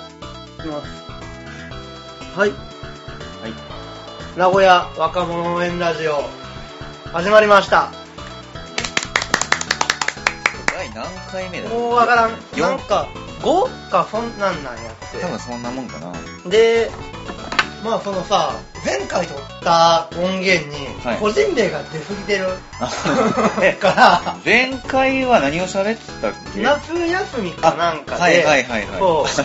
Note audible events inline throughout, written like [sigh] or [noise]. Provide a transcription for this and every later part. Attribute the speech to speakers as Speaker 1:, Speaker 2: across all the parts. Speaker 1: します。はい。
Speaker 2: はい。
Speaker 1: 名古屋若者応援ラジオ、始まりました。
Speaker 2: 第何回目だ
Speaker 1: もうわからん。なん
Speaker 2: 4
Speaker 1: か、5かそんなんなんや
Speaker 2: 多分
Speaker 1: っ
Speaker 2: そんなも
Speaker 1: [laughs]
Speaker 2: んかな。 [laughs] は
Speaker 1: て。で、まあそのさ、前回撮った音源に
Speaker 2: はい、
Speaker 1: 個人名が出すぎてる。
Speaker 2: い
Speaker 1: から、
Speaker 2: 前回は何を喋ってたっけ
Speaker 1: 夏休みかなんかで、
Speaker 2: はいはいはいはい。
Speaker 1: そうそう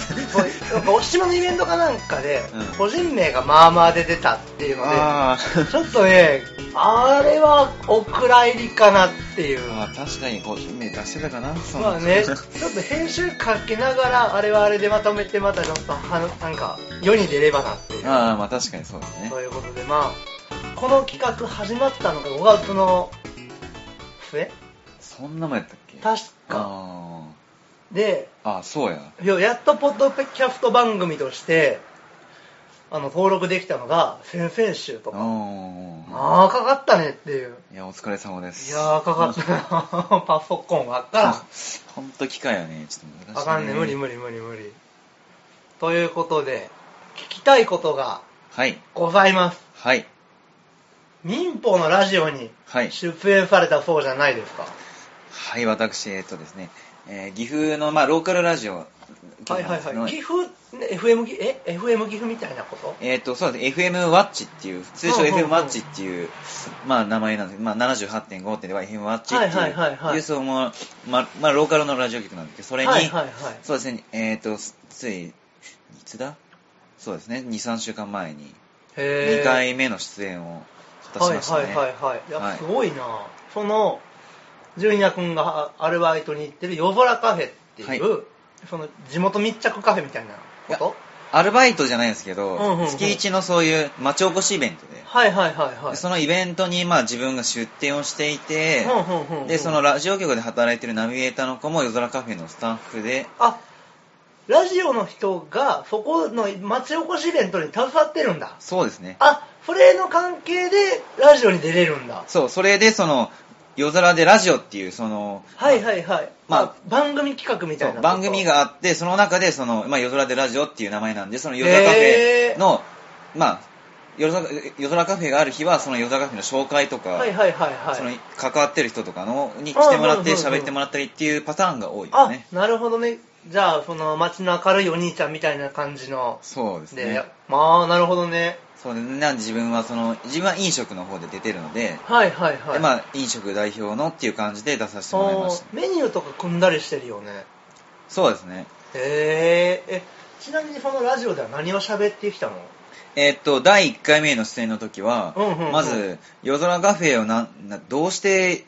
Speaker 1: なん
Speaker 2: [laughs]
Speaker 1: かお島のイベントかなんかで、
Speaker 2: うん
Speaker 1: 個人名がまあまあで出たっていうので
Speaker 2: あー [laughs]
Speaker 1: ちょっとねあれはお蔵入りかなっていう
Speaker 2: あー、確かにこう、名出してたかな、その
Speaker 1: まあね、ちょっと編集かけながらあれはあれでまとめてまたちょっとはなんか世に出ればなっていう
Speaker 2: ああ、まあ確かにそうですね
Speaker 1: と。いうことでまあこの企画始まったのが5月の末
Speaker 2: そんなもんやったっけ
Speaker 1: 確か
Speaker 2: あ
Speaker 1: で
Speaker 2: ーあー、そうや。
Speaker 1: いややっとポッドキャスト番組としてあの登録できたのが先々週と
Speaker 2: お
Speaker 1: か
Speaker 2: ー
Speaker 1: ああかかったねっていう
Speaker 2: いや、お疲れ様です。
Speaker 1: いやーかかったな [laughs] パソコンわっ
Speaker 2: [laughs]
Speaker 1: からん
Speaker 2: ほんと機会やね。ちょっと難しい、
Speaker 1: あかんね無理無理無理無理ということで聞きたいことが
Speaker 2: はい。
Speaker 1: ございます
Speaker 2: はい。
Speaker 1: 民法のラジオに
Speaker 2: はい。
Speaker 1: 出演されたそうじゃないですか
Speaker 2: はい、私、えっとですね、えー岐阜の、まあ、ローカルラジオ。
Speaker 1: はいはい
Speaker 2: の
Speaker 1: はい岐阜ね FM 岐え FM 岐阜みたいなこと
Speaker 2: えっ、と、そうです。FM ワッチっていう、通称
Speaker 1: うんうんうん
Speaker 2: FM ワッチっていう、まあ、名前なんですけど、まあ、78.5点では FM ワッチっていう、
Speaker 1: はいはいはいはい
Speaker 2: いう、その、まあ、まあ、ローカルのラジオ局なんですけど、それに、
Speaker 1: はいはいはい
Speaker 2: そうですね、えっ、と、つい、いつだそうですね、2、3週間前に、
Speaker 1: へー
Speaker 2: 2回目の出演を果たし
Speaker 1: はい
Speaker 2: ました
Speaker 1: は
Speaker 2: ね。
Speaker 1: いはいはい。いや、
Speaker 2: はい
Speaker 1: すごいなその、純也くんがアルバイトに行ってる夜空カフェっていう、
Speaker 2: はい
Speaker 1: その地元密着カフェみたいなこと
Speaker 2: アルバイトじゃないんですけ
Speaker 1: うん
Speaker 2: ど、
Speaker 1: うんうん
Speaker 2: 月1のそういう町おこしイベントで、
Speaker 1: はいはいはいはい。
Speaker 2: でそのイベントに、まあ、自分が出店をしていて、
Speaker 1: うんうんうんうん
Speaker 2: で、そのラジオ局で働いてるナビゲーターの子も夜空カフェのスタッフで、
Speaker 1: あ、ラジオの人がそこの町おこしイベントに携わってるんだ。
Speaker 2: そうですね。
Speaker 1: あ、それの関係でラジオに出れるんだ。
Speaker 2: そう、それでその、夜空でラジオっていう、その、
Speaker 1: はいはいはい。ま
Speaker 2: まあ
Speaker 1: あ、番組企画みたいな
Speaker 2: そ
Speaker 1: こと。
Speaker 2: う番組があって、その中で、その、まあ、夜空でラジオっていう名前なんで、その夜空カフェの、まあ、夜空夜空カフェがある日は、その夜空カフェの紹介とか、
Speaker 1: はいはいはいはい。
Speaker 2: その関わってる人とかのに来てもらって
Speaker 1: うんうんうんうん
Speaker 2: 喋ってもらったりっていうパターンが多いです
Speaker 1: あ
Speaker 2: ね。、
Speaker 1: なるほどね。じゃあ、その街の明るいお兄ちゃんみたいな感じの。
Speaker 2: そうです
Speaker 1: で、
Speaker 2: ね。
Speaker 1: まあ、なるほどね。
Speaker 2: そうねなんで自分はその、自分は飲食の方で出てるので、
Speaker 1: はいはいはい。
Speaker 2: でまあ、飲食代表のっていう感じで出させてもらいました
Speaker 1: おー。メニューとか組んだりしてるよね。
Speaker 2: そうですね。
Speaker 1: へえ。え、ちなみにそのラジオでは何を喋ってきたの
Speaker 2: えーっと、第1回目の出演の時は、
Speaker 1: うんうんうん
Speaker 2: まず、夜空カフェをなんなどうして、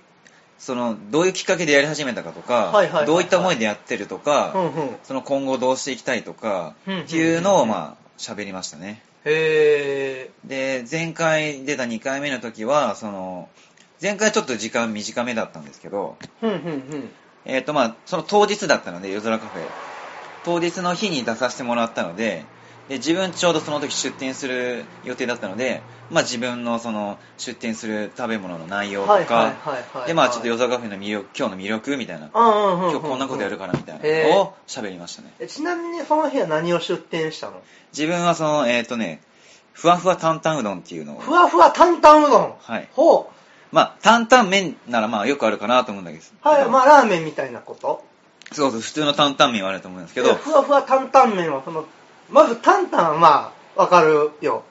Speaker 2: その、どういうきっかけでやり始めたかとか、
Speaker 1: はいはいはいはい
Speaker 2: どういった思いでやってるとか、
Speaker 1: うんうん。へ
Speaker 2: その今後どうしていきたいとか、
Speaker 1: うんうんうんうん
Speaker 2: っていうのを、まあ、喋りましたね。
Speaker 1: え。
Speaker 2: で、前回出た2回目の時は、その、前回ちょっと時間短めだったんですけど、
Speaker 1: ふんふんふん。
Speaker 2: えーっと、まあ、その当日だったので、夜空カフェ。当日の日に出させてもらったので、で、自分ちょうどその時出店する予定だったので、まあ自分のその出店する食べ物の内容とか、
Speaker 1: はいはいはいはいはい
Speaker 2: で、まあちょっと夜空カフェの魅力、今日の魅力みたいな、
Speaker 1: うんうんうん。
Speaker 2: 今日こんなことやるからみたい
Speaker 1: へ
Speaker 2: なのを喋りましたね。
Speaker 1: え。えちなみにその日は何を出店したの
Speaker 2: 自分はその、えーっ、とね、ふわふわ担々うどんっていうのを、
Speaker 1: ふわふわ担々うどん。
Speaker 2: はい
Speaker 1: ほう。
Speaker 2: まあ担々麺ならまあよくあるかなと思うんだけど、
Speaker 1: はい、まあラーメンみたいなこと
Speaker 2: そうそう、普通の担々麺はあると思うんですけ
Speaker 1: い
Speaker 2: ど
Speaker 1: や、ふわふわ担々麺はそのまず担々はまあわかるよ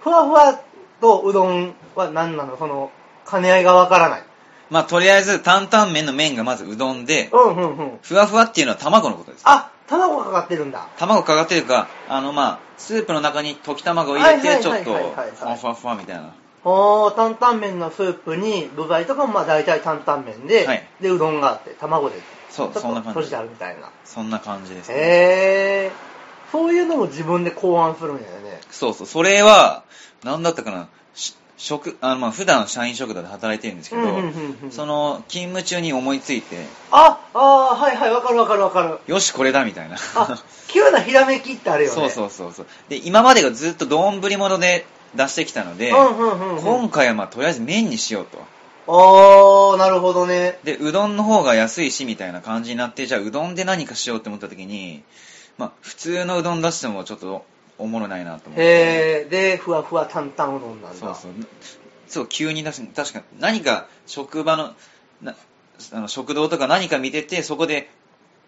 Speaker 1: ふわふわとうどんは何なのその兼ね合いがわからない
Speaker 2: まあとりあえず担々麺の麺がまずうどんで、
Speaker 1: うんうんうん
Speaker 2: ふわふわっていうのは卵のことです。
Speaker 1: あ卵かかってるんだ
Speaker 2: 卵かかってるか、あのまあ、スープの中に溶き卵を入れ
Speaker 1: はいは
Speaker 2: て、
Speaker 1: い
Speaker 2: ちょ
Speaker 1: は
Speaker 2: っ
Speaker 1: い
Speaker 2: と、
Speaker 1: はいはい
Speaker 2: ふわふわふわみたいな。
Speaker 1: おー担々麺のスープに具材とかもまあ大体担々麺で、
Speaker 2: はい
Speaker 1: でうどんがあって卵で
Speaker 2: そう
Speaker 1: ちょっ
Speaker 2: そ
Speaker 1: と
Speaker 2: んな感じ
Speaker 1: 閉じてあるみたいな
Speaker 2: そんな感じです、ね。
Speaker 1: へえー、そういうのも自分で考案するんだよね
Speaker 2: そうそう、それは、なんだったかな、し食、あのまあ、普段社員食堂で働いてるんですけど、
Speaker 1: うんうんうんうん
Speaker 2: その、勤務中に思いついて、
Speaker 1: ああーはいはいわかるわかるわかる
Speaker 2: よし、これだみたいな。
Speaker 1: あ急なひらめきってあるよね
Speaker 2: [laughs] そうそうそうそう。で、今までがずっと丼物で出してきたので、
Speaker 1: うんうんうんうん
Speaker 2: 今回はまあ、とりあえず麺にしようと。
Speaker 1: あー、なるほどね。
Speaker 2: で、うどんの方が安いし、みたいな感じになって、じゃあうどんで何かしようって思った時に、まあ、普通のうどん出してもちょっとおもろないなと思って。
Speaker 1: へえ、で、ふわふわ担々うどんなんだ。
Speaker 2: そうそう。そう、急に出して、確か何か職場の、なあの食堂とか何か見てて、そこで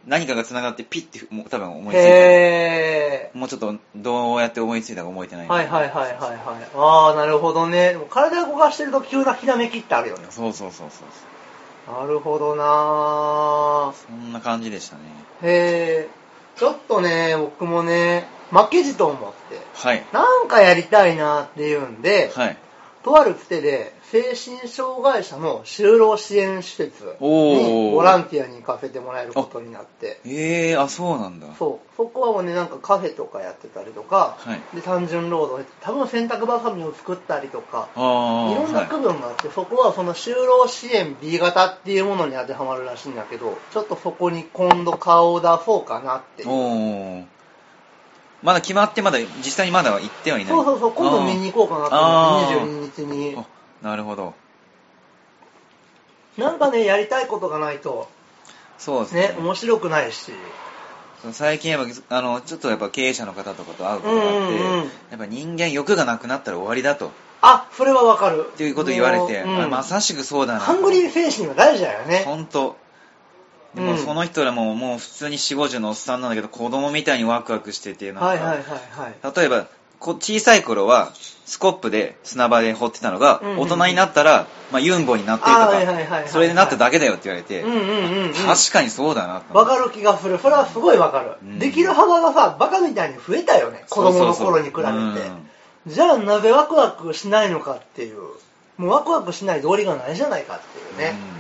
Speaker 2: 何かが繋がってピッてもう多分思いついた。
Speaker 1: へえ。
Speaker 2: もうちょっとどうやって思いついたか覚えてないんだ
Speaker 1: は
Speaker 2: け
Speaker 1: い
Speaker 2: ど
Speaker 1: はいはいはいはい。ああ、なるほどね。でも体動かしてると急なひらめきってあるよね。
Speaker 2: そうそうそうそうそう。
Speaker 1: なるほどな
Speaker 2: そんな感じでしたね。
Speaker 1: ーへえ。ちょっとね、僕もね、負けじと思って、
Speaker 2: はい。
Speaker 1: なんかやりたいなっていうんで、
Speaker 2: はい。
Speaker 1: とあるつてで、精神障害者の就労支援施設
Speaker 2: お
Speaker 1: に
Speaker 2: ー
Speaker 1: ボランティアに行かせてもらえることになって、
Speaker 2: えー、あ、そうなんだ。
Speaker 1: そう、そこはもうね、なんかカフェとかやってたりとか、
Speaker 2: はい
Speaker 1: で、単純労働で、多分洗濯ばさみを作ったりとか、
Speaker 2: あ
Speaker 1: い
Speaker 2: あ、
Speaker 1: ろんな区分があって、そこはその就労支援 B 型っていうものに当てはまるらしいんだけど、ちょっとそこに今度顔を出そうかなっていう。
Speaker 2: おーまだ決まってまだ実際にまだ行ってはいない
Speaker 1: そうそうそう、今度見に行こうかなと思って、22日
Speaker 2: あ
Speaker 1: に
Speaker 2: ー。あなるほど
Speaker 1: なんかね、やりたいことがないと、
Speaker 2: そうですね
Speaker 1: ね、面白くないし。
Speaker 2: 最近やっぱあのちょっとやっぱ経営者の方とかと会うことがあって、
Speaker 1: うんうんうん
Speaker 2: やっぱ人間欲がなくなったら終わりだと
Speaker 1: あ、それはわかる。
Speaker 2: っていうこと言われて、
Speaker 1: もう
Speaker 2: あまさしくそうだな
Speaker 1: ハングリー精神は大事だよね。
Speaker 2: 本当でも
Speaker 1: うん
Speaker 2: その人らももう普通に4 5 0のおっさんなんだけど子供みたいにワクワクしててなんか、
Speaker 1: はいはいはいはい。
Speaker 2: 例えばこ小さい頃はスコップで砂場で掘ってたのが、
Speaker 1: うんうんうん
Speaker 2: 大人になったら、まあ、ユンボになってると
Speaker 1: あ
Speaker 2: か、
Speaker 1: ーはいはいはいはい
Speaker 2: それでなっただけだよって言われて、
Speaker 1: うんうんうんうん。
Speaker 2: 確かにそうだなと思
Speaker 1: わ
Speaker 2: って
Speaker 1: かる気がする。それはすごいわかる。
Speaker 2: うん
Speaker 1: できる幅がさ、バカみたいに増えたよね。子供の頃に比べて。
Speaker 2: そうそうそううん
Speaker 1: じゃあなぜワクワクしないのかっていう。もうワクワクしない道理がないじゃないかっていうね。
Speaker 2: うん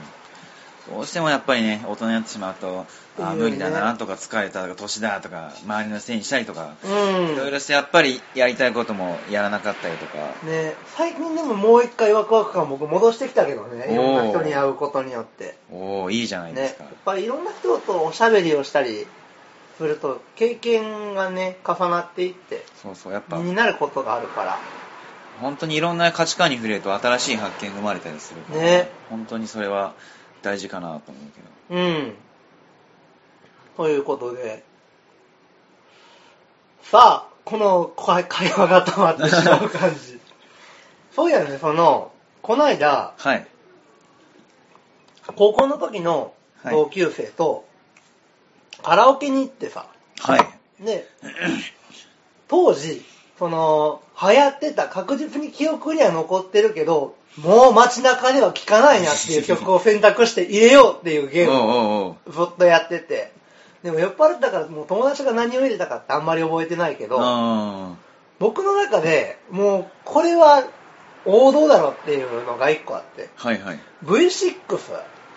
Speaker 2: どうしてもやっぱりね大人になってしまうとあー
Speaker 1: いいよね
Speaker 2: 無理だなとか疲れたとか年だとか周りのせいにしたりとか、
Speaker 1: うん。
Speaker 2: いろいろしてやっぱりやりたいこともやらなかったりとか
Speaker 1: ね、最近でももう一回ワクワク感僕戻してきたけどね。いろんな人に会うことによって。
Speaker 2: おおいいじゃな
Speaker 1: ね、
Speaker 2: いで
Speaker 1: やっ
Speaker 2: すか、
Speaker 1: ぱりいろんな人とおしゃべりをしたりすると経験がね重なっていって
Speaker 2: そうそうやっ
Speaker 1: 身
Speaker 2: ぱ
Speaker 1: になることがあるから
Speaker 2: 本当にいろんな価値観に触れると新しい発見が生まれたりするから
Speaker 1: ね
Speaker 2: 本当にそれは大事かなと思うけど
Speaker 1: うんということでさあこの会会話が止まってしまう感
Speaker 2: [laughs]
Speaker 1: じそうやねそのこの間
Speaker 2: はい
Speaker 1: 高校の時の
Speaker 2: はい
Speaker 1: 同級生とカラオケに行ってさ、
Speaker 2: はい
Speaker 1: で、当時、その、流行ってた、確実に記憶には残ってるけど、もう街中では聴かないなっていう曲を選択して入れようっていうゲー
Speaker 2: おう
Speaker 1: ムを
Speaker 2: おうおう
Speaker 1: ずっとやってて、でも酔っ払ったからもう友達が何を入れたかってあんまり覚えてないけど、
Speaker 2: あ
Speaker 1: 僕の中でもうこれは王道だろっていうのが一個あって、
Speaker 2: ーはいはい
Speaker 1: V6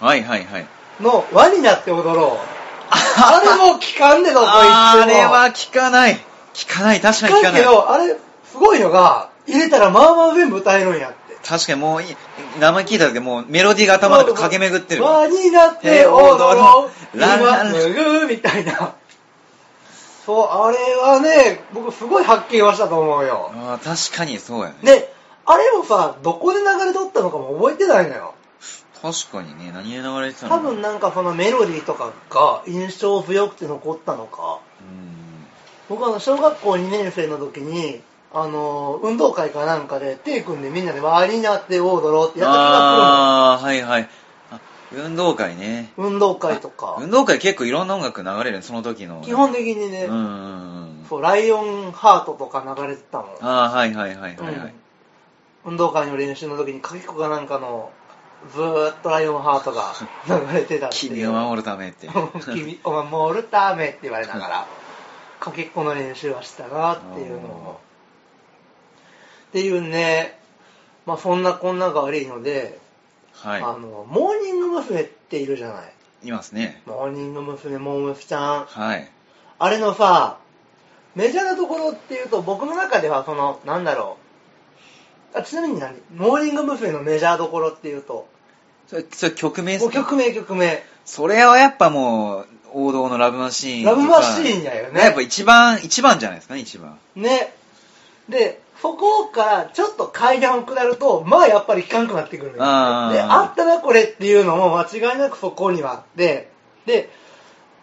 Speaker 2: はいはいはい
Speaker 1: の輪になって踊
Speaker 2: [laughs]
Speaker 1: ろう。あれも聴かんでのと言っても。
Speaker 2: あれは聞かない聞かない確かに聞か
Speaker 1: だ
Speaker 2: な
Speaker 1: け
Speaker 2: い
Speaker 1: ど、あれ、すごいのが、入れたらまあまあ全部歌えるんやって。
Speaker 2: 確かにもういい名前聞いただけでもうメロディーが頭の中駆け巡ってる
Speaker 1: 輪になって踊ろう。
Speaker 2: ランラ
Speaker 1: 今
Speaker 2: ン
Speaker 1: すぐみたいな。そう、あれはね、僕すごい発見はしたと思うよ。
Speaker 2: あー確かにそうやね
Speaker 1: で、あれをさ、どこで流れとったのかも覚えてないのよ。
Speaker 2: 確かにね何で流れてたの
Speaker 1: 多分なんかそのメロディーとかが印象強くて残ったのか。
Speaker 2: うん
Speaker 1: 僕あの小学校2年生の時にあの運動会かなんかで手組んでみんなで輪になって踊ろうってやった気が
Speaker 2: ああはいはいあ運動会ね
Speaker 1: するの運動会とか
Speaker 2: 運動会結構いろんな音楽流れるねその時の
Speaker 1: 基本的にね、
Speaker 2: うんうんうん
Speaker 1: そうライオンハートとか流れてたもん、
Speaker 2: ああはいはいはいはいはい、
Speaker 1: うん運動会の練習の時にかけっこかなんかのずーっとライオンハート
Speaker 2: [laughs]
Speaker 1: が流れてたっていう
Speaker 2: 君を守るためって
Speaker 1: [laughs] 君を守るためって言われながらかけっこの練習はしたなっていうの
Speaker 2: おー
Speaker 1: をっていうねまあそんなこんなが悪いので
Speaker 2: はい
Speaker 1: あの、モーニング娘。っているじゃない。
Speaker 2: いますね
Speaker 1: モーニング娘。モームスちゃん。
Speaker 2: はい
Speaker 1: あれのさ、メジャーなところっていうと、僕の中ではその、なんだろう。あちなみに何モーニング娘。のメジャーどころっていうと、
Speaker 2: それそれ曲名っす
Speaker 1: もう
Speaker 2: か
Speaker 1: 曲名曲名。
Speaker 2: それはやっぱもう王道のラブマシーンとか
Speaker 1: ラブマシーンだよね
Speaker 2: やっぱ一番一番じゃないですかね一番
Speaker 1: ね。で、そこからちょっと階段を下ると、まあやっぱり聞かんくなってくるのよ。で、
Speaker 2: あー
Speaker 1: あったなこれっていうのも間違いなくそこにはあって、で、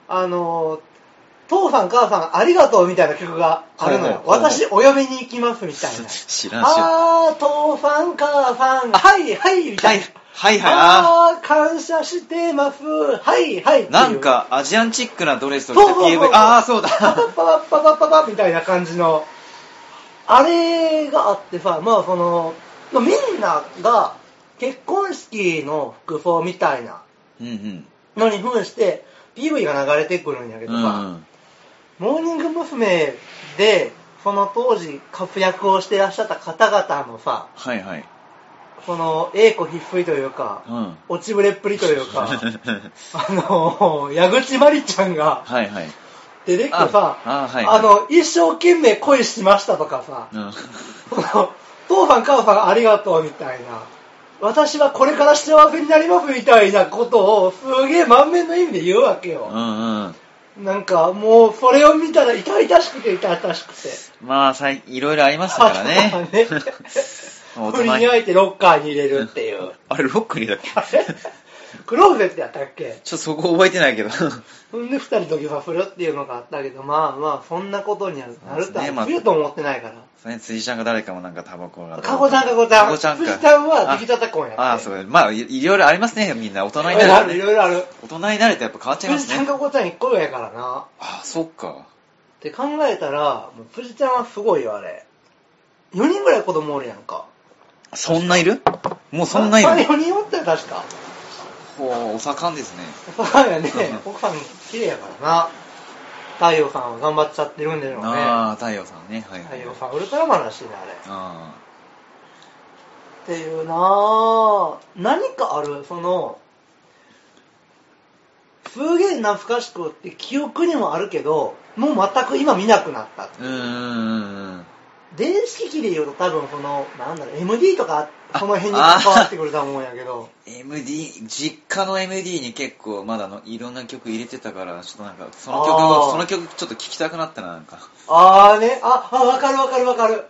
Speaker 1: あのー父さん母さんありがとうみたいな曲があるのよ。
Speaker 2: ほうほうほう
Speaker 1: 私お嫁に行きますみたいな。
Speaker 2: 知らんし。
Speaker 1: あー、父さん母さん、はいはいみたいな。
Speaker 2: はいはい
Speaker 1: あー、感謝してます。はいはいっていう
Speaker 2: なん、か、アジアンチックなドレ
Speaker 1: そ
Speaker 2: スを
Speaker 1: う
Speaker 2: 着た
Speaker 1: そうそう
Speaker 2: PV。ああ、そうだ。 [laughs]
Speaker 1: パパパパパパパみたいな感じの。あれがあってさ、まあその、まあみんなが結婚式の服装みたいな
Speaker 2: うんうん。
Speaker 1: のに扮して、PV が流れてくるんやけど
Speaker 2: う
Speaker 1: さ、
Speaker 2: ん
Speaker 1: モーニング娘。で、その当時活躍をしてらっしゃった方々のさ、
Speaker 2: はいはい。
Speaker 1: その、栄子ひっふいというか、
Speaker 2: うん。
Speaker 1: 落ちぶれっぷりというか、あの、矢口まりちゃんが
Speaker 2: [laughs] はいはい。
Speaker 1: 出てきてさ、
Speaker 2: ああはい
Speaker 1: あの、一生懸命恋しましたとかさ、
Speaker 2: うん
Speaker 1: その、父さん母さんありがとうみたいな、私はこれから幸せになりますみたいなことを、すげえ満面の意味で言うわけよ。
Speaker 2: うんうん。
Speaker 1: なんか、もう、それを見たら痛々しくて痛々しく
Speaker 2: [laughs]
Speaker 1: て。
Speaker 2: まあ、さい、いろいろありましたからね。もう
Speaker 1: 振り
Speaker 2: 大
Speaker 1: に
Speaker 2: 人
Speaker 1: あいてロッカーに入れるっていう。
Speaker 2: [laughs] あれ、ロックリーだっけ
Speaker 1: あれクローゼットやったっけ
Speaker 2: ちょっとそこ覚えてないけど。
Speaker 1: ほんで二人土下座するっていうのがあったけど、まあまあ、そんなことにはなるとは、
Speaker 2: そうですねまあ
Speaker 1: 来ると思ってないから。
Speaker 2: それに辻ちゃんが誰かもなんかタバコが。
Speaker 1: カゴちゃんカゴちゃん
Speaker 2: カゴちゃんか。
Speaker 1: 辻ちゃんは出来立て婚やって
Speaker 2: ああ、そう。まあ、いいろいろありますね、みんな。大人
Speaker 1: い
Speaker 2: に
Speaker 1: ろいろ
Speaker 2: な
Speaker 1: あ
Speaker 2: ると
Speaker 1: る、い
Speaker 2: ね。
Speaker 1: ろいろある。
Speaker 2: 大人になるとやっぱ変わっちゃいま
Speaker 1: 藤
Speaker 2: す
Speaker 1: ちゃん
Speaker 2: ね。
Speaker 1: カゴちゃん一個上やからな。
Speaker 2: ああ、そっか。
Speaker 1: って考えたら、もう藤ちゃんはすごいよ、あれ。4人ぐらい子供おるやんか。
Speaker 2: そんないるもうそんないる
Speaker 1: あ4人おったよ、確か。
Speaker 2: ほう、お盛んですね。
Speaker 1: そうやね。奥さん綺麗やからな。太陽さんは頑張っちゃってるんだろうね。
Speaker 2: ああ、太陽さんね。はい、は
Speaker 1: 太
Speaker 2: い。
Speaker 1: 陽さんウルトラマンらしいねあれっ
Speaker 2: あ
Speaker 1: ていうなぁ何かあるそのすげえ懐かしくって記憶にもあるけどもう全く今見なくなった
Speaker 2: あ。うーん。
Speaker 1: 電子機器で言うと多分そのなんだろう MD とか
Speaker 2: あ
Speaker 1: その辺に関わってくると思うんやけど
Speaker 2: MD、実家の MD に結構まだのいろんな曲入れてたから、ちょっとなんか、その曲
Speaker 1: あー
Speaker 2: を、その曲ちょっと聴きたくなったな、なんか。
Speaker 1: ああねああわかるわかるわかる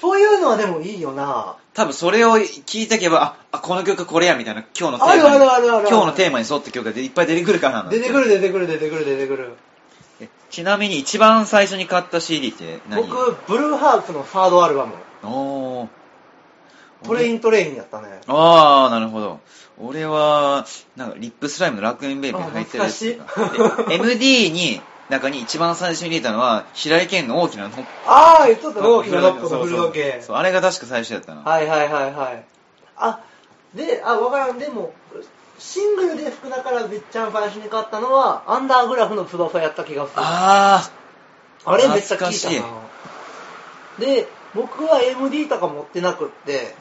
Speaker 1: そういうのはでもいいよな
Speaker 2: 多分それを聞いてけば、あ、あこの曲これや、みたいな、今日のテーマに。
Speaker 1: あるあるあるある
Speaker 2: 今日のテーマに沿った曲がいっぱい出てくるからな。
Speaker 1: 出てくる出てくる出てくる出てくる
Speaker 2: えちなみに一番最初に買った CD って何
Speaker 1: 僕ブルーハーツのサードアルバム
Speaker 2: おー。
Speaker 1: トレイントレインやったね
Speaker 2: ああ、なるほど。俺は、なんか、リップスライムの楽園ベイビーに入ってるやつ
Speaker 1: あ
Speaker 2: が
Speaker 1: 懐かしい
Speaker 2: で MD に、中に一番最初に入れたのは、平井堅の大きなの。
Speaker 1: ああ、言っとった、大きなロックのフル時
Speaker 2: そう
Speaker 1: 計
Speaker 2: そう。そうあれが確か最初やったな。
Speaker 1: はいはいはいはい。あ、で、あ、わからん。でも、シングルで福田からめっちゃん最初に買ったのは、アンダーグラフの翼やった気がする。あ
Speaker 2: あ
Speaker 1: れめっちゃ
Speaker 2: 懐かし
Speaker 1: 聞い
Speaker 2: い
Speaker 1: たな。で、僕は MD とか持ってなくって、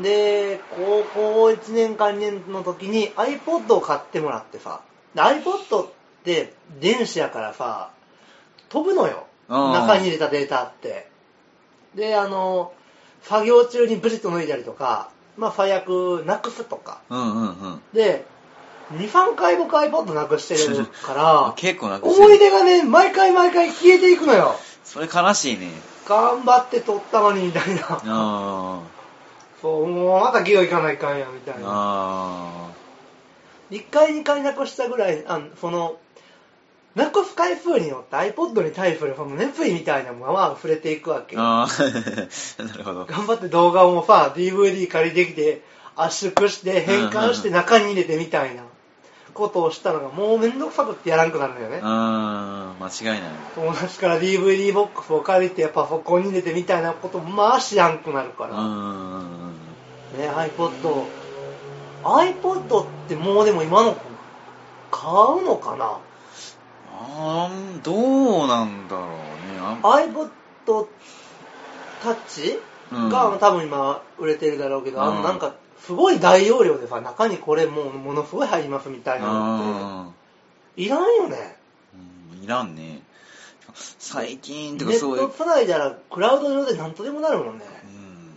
Speaker 1: で、高校1年か2年の時に iPod を買ってもらってさ、で iPod って電子やからさ、飛ぶのよ。
Speaker 2: うん
Speaker 1: 中に入れたデータって。で、あの、作業中にブリッと脱いだりとか、まあ最悪なくすとか。
Speaker 2: あ。うんうんうん。
Speaker 1: で、2、3回僕 iPod なくしてるか
Speaker 2: [laughs] 結構な
Speaker 1: ら、
Speaker 2: くしてる
Speaker 1: 思い出がね、毎回毎回消えていくのよ。
Speaker 2: それ悲しいね。
Speaker 1: 頑張って撮ったのに、みたい
Speaker 2: [laughs]
Speaker 1: な。
Speaker 2: あ
Speaker 1: そう、もうまたギロ行かないかんや、み
Speaker 2: あ
Speaker 1: た。いな。
Speaker 2: あ
Speaker 1: 1回2回なくしたぐらい、あその、なくす回数によって iPod に対するその熱意みたいなものは溢れていくわけ
Speaker 2: あ。。ああ。 [laughs] なるほど。
Speaker 1: 頑張って動画もさ、DVD 借りてきて、圧縮して、変換して中に入れてみたいなことをしたのが、もうめんどくさくってやらんくなるのよね。
Speaker 2: ああ、間違いない。
Speaker 1: 友達から DVD ボックスを借りて、パソコンに入れてみたいなことも、まあしやんくなるか
Speaker 2: う
Speaker 1: ら。
Speaker 2: ん。
Speaker 1: ね、iPod。iPod ってもうでも今の子、買うのかな
Speaker 2: あーどうなんだろうね。あん
Speaker 1: ?iPod タッチ
Speaker 2: うん
Speaker 1: が、多分今売れてるだろうけど、あの
Speaker 2: うん
Speaker 1: なんか、すごい大容量でさ、中にこれもうものすごい入りますみたいなのっ
Speaker 2: あ
Speaker 1: て、いらんよね。
Speaker 2: ーうんいらんね。最近、
Speaker 1: ネ
Speaker 2: てか
Speaker 1: ッ
Speaker 2: そうい
Speaker 1: ト、
Speaker 2: う
Speaker 1: つないだら、クラウド上で何とでもなるもんね。
Speaker 2: うん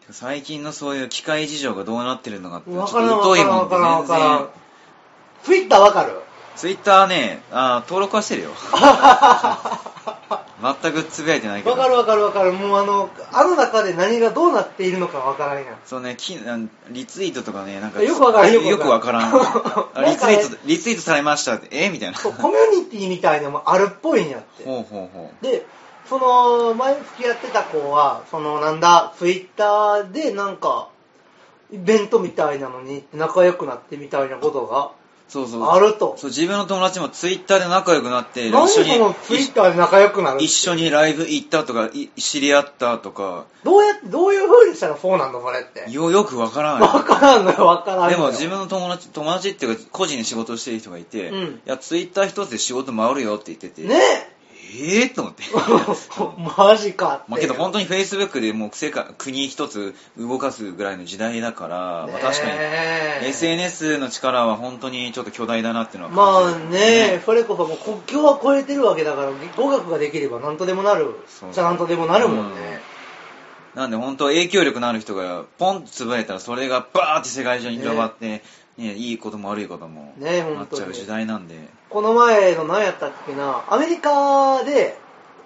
Speaker 2: てか最近のそういう機械事情がどうなってるのかって、ちょ
Speaker 1: わ
Speaker 2: っ
Speaker 1: からん
Speaker 2: と
Speaker 1: わ
Speaker 2: 疎
Speaker 1: から
Speaker 2: い
Speaker 1: ん
Speaker 2: も
Speaker 1: わ
Speaker 2: んで
Speaker 1: からんわ
Speaker 2: 全
Speaker 1: からん
Speaker 2: 然。。 [laughs]
Speaker 1: Twitter わかる
Speaker 2: ツイッターね、あー登録はしてるよ。 [laughs] 全くつぶやいてないけど
Speaker 1: わかるわかるわかる。もうあの、あの中で何がどうなっているのかわからんやん。
Speaker 2: そうねきなんリツイートとかねなんか
Speaker 1: よくわからん
Speaker 2: よくわからん
Speaker 1: よくわ [laughs] からん
Speaker 2: あリツイ
Speaker 1: なん
Speaker 2: ートリツイートされましたってえみたいな
Speaker 1: そうコミュニティみたいなのもあるっぽいんやって。
Speaker 2: ほうほうほ
Speaker 1: で、その、前付き合ってた子は、その、なんだ、ツイッターで、なんか、イベントみたいなのに行って仲良くなってみたいなことが
Speaker 2: うそうそう
Speaker 1: あると。
Speaker 2: そう自分の友達もツイッターで仲良くなって一
Speaker 1: 何
Speaker 2: 緒
Speaker 1: そのツイ
Speaker 2: に
Speaker 1: ッターで仲良くなるって
Speaker 2: 一緒にライブ行ったとかい知り合ったとか
Speaker 1: どうやって、どういう風にしたらそうなんだ、それって。
Speaker 2: よよくわからんよ
Speaker 1: わからんのよ、わからんのよ。
Speaker 2: でも自分の友達友達っていうか個人で仕事をしてる人がいて、
Speaker 1: うん
Speaker 2: いやツイッター一つで仕事回るよって言ってて、
Speaker 1: ね
Speaker 2: [laughs]
Speaker 1: [laughs]
Speaker 2: ええー、と思って
Speaker 1: マジかって。
Speaker 2: まあけど本当にフェイスブックでもう世界国一つ動かすぐらいの時代だから、まあ確かに
Speaker 1: ねえ
Speaker 2: SNS の力は本当にちょっと巨大だなっていうのは
Speaker 1: まあ
Speaker 2: 感じる
Speaker 1: ね、それこそもう国境は越えてるわけだから、語学ができれば何とでもなる
Speaker 2: そう。
Speaker 1: じゃあ何とでもなるもんね。
Speaker 2: なんで本当影響力のある人がポンとつぶやいたらそれがバーって世界中に広がって、ねいいことも悪いことも
Speaker 1: ね
Speaker 2: な
Speaker 1: 本
Speaker 2: っ
Speaker 1: 当
Speaker 2: ち
Speaker 1: に
Speaker 2: ゃう時代なんで、
Speaker 1: この前の何やったっけな、アメリカで、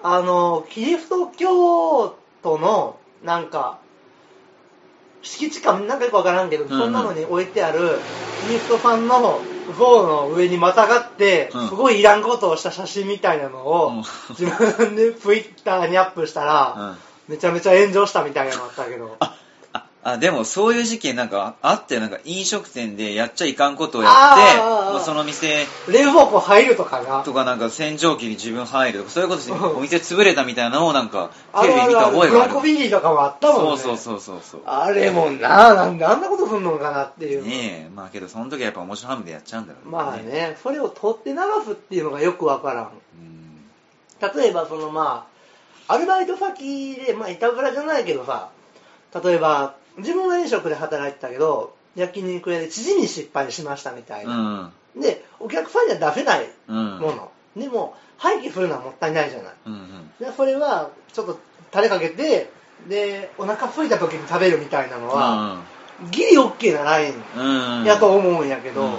Speaker 1: あの、キリスト教徒の、なんか、敷地か、なんかよくわからんけど、
Speaker 2: ん
Speaker 1: そんなのに置いてある、キリストさんの像の上にまたがって、
Speaker 2: うん
Speaker 1: すごいいらんことをした写真みたいなの
Speaker 2: うん
Speaker 1: を、自分でツイッターにアップした
Speaker 2: [laughs]
Speaker 1: ら、
Speaker 2: うん
Speaker 1: めちゃめちゃ炎上したみたいなのあったけど。
Speaker 2: あああでもそういう事件なんかあってなんか飲食店でやっちゃいかんことをやって
Speaker 1: あー
Speaker 2: まあその店
Speaker 1: 冷蔵庫入るとかな。
Speaker 2: とかなんか洗浄機に自分入るとかそういうことしてお店潰れたみたいなのをなんか
Speaker 1: あ
Speaker 2: テレ
Speaker 1: る
Speaker 2: ビ
Speaker 1: ある
Speaker 2: 見た
Speaker 1: ある
Speaker 2: 覚え
Speaker 1: ブ
Speaker 2: が
Speaker 1: ロ
Speaker 2: ある
Speaker 1: ッコビリーとかもあったもん
Speaker 2: そう
Speaker 1: ね。
Speaker 2: そうそうそうそう
Speaker 1: あれもな、なんであんなことすんのかなっていう。
Speaker 2: ねえまあけどその時はやっぱ面白ハムでやっちゃうんだろう
Speaker 1: まあね、それを取って流すっていうのがよくわからん。
Speaker 2: うん
Speaker 1: 例えばそのまあ、アルバイト先で、まあ、いたぶらじゃないけどさ、例えば、自分が飲食で働いてたけど、焼肉屋で知事に失敗しましたみたいうな。
Speaker 2: ん
Speaker 1: で、お客さんには出せない
Speaker 2: うん
Speaker 1: もの。でも、廃棄するのはもったいないじゃない。
Speaker 2: うんうん
Speaker 1: でそれはちょっとタレかけてでお腹空いた時に食べるみたいなのは、ギリオッケーなライン
Speaker 2: うんうん
Speaker 1: やと思うんやけど、
Speaker 2: うん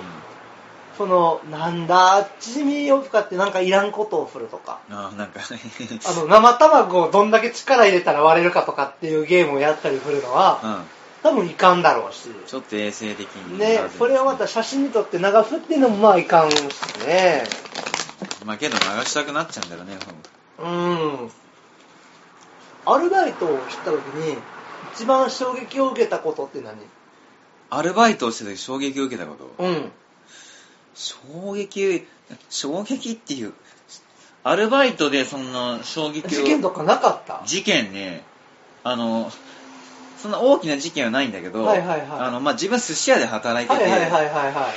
Speaker 1: そのなんだチミを使ってなんかいらんことをするとか
Speaker 2: あーなんかね
Speaker 1: あの生卵をどんだけ力入れたら割れるかとかっていうゲームをやったりするのは
Speaker 2: [laughs]
Speaker 1: 多分いかんだろうし
Speaker 2: うんちょっと衛生的に
Speaker 1: ねそれをまた写真に撮って流すっていうのもまあいかんしね
Speaker 2: まあけど流したくなっちゃうんだろうね
Speaker 1: うん。アルバイトをした時に、一番衝撃を受けたことって何
Speaker 2: アルバイトをしてた時衝撃を受けたこと
Speaker 1: うん。
Speaker 2: 衝撃衝撃っていうアルバイトでそんな衝撃を
Speaker 1: 事件とかなかった
Speaker 2: 事件ねあのそんな大きな事件はないんだけど、
Speaker 1: はいはいはい
Speaker 2: あのまあ、自分は寿司屋で働いて
Speaker 1: はい
Speaker 2: て、
Speaker 1: はいはいはいは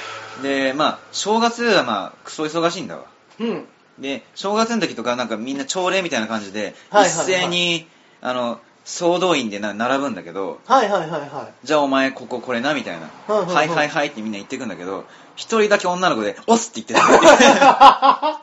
Speaker 2: でまあ正月はまあクソ忙しいんだわ
Speaker 1: い。うん。
Speaker 2: で正月の時とかなんかみんな朝礼みたいな感じで、
Speaker 1: はいはいはい
Speaker 2: 一斉にあの総動員でな並ぶんだけど
Speaker 1: はいはい [laughs] はいは
Speaker 2: じゃあお前こここれなみたいな、
Speaker 1: はいはいはい
Speaker 2: はいはいはいってみんな言ってくんだけど一人だけ女の子で「押す」って
Speaker 1: [laughs]
Speaker 2: 言ってた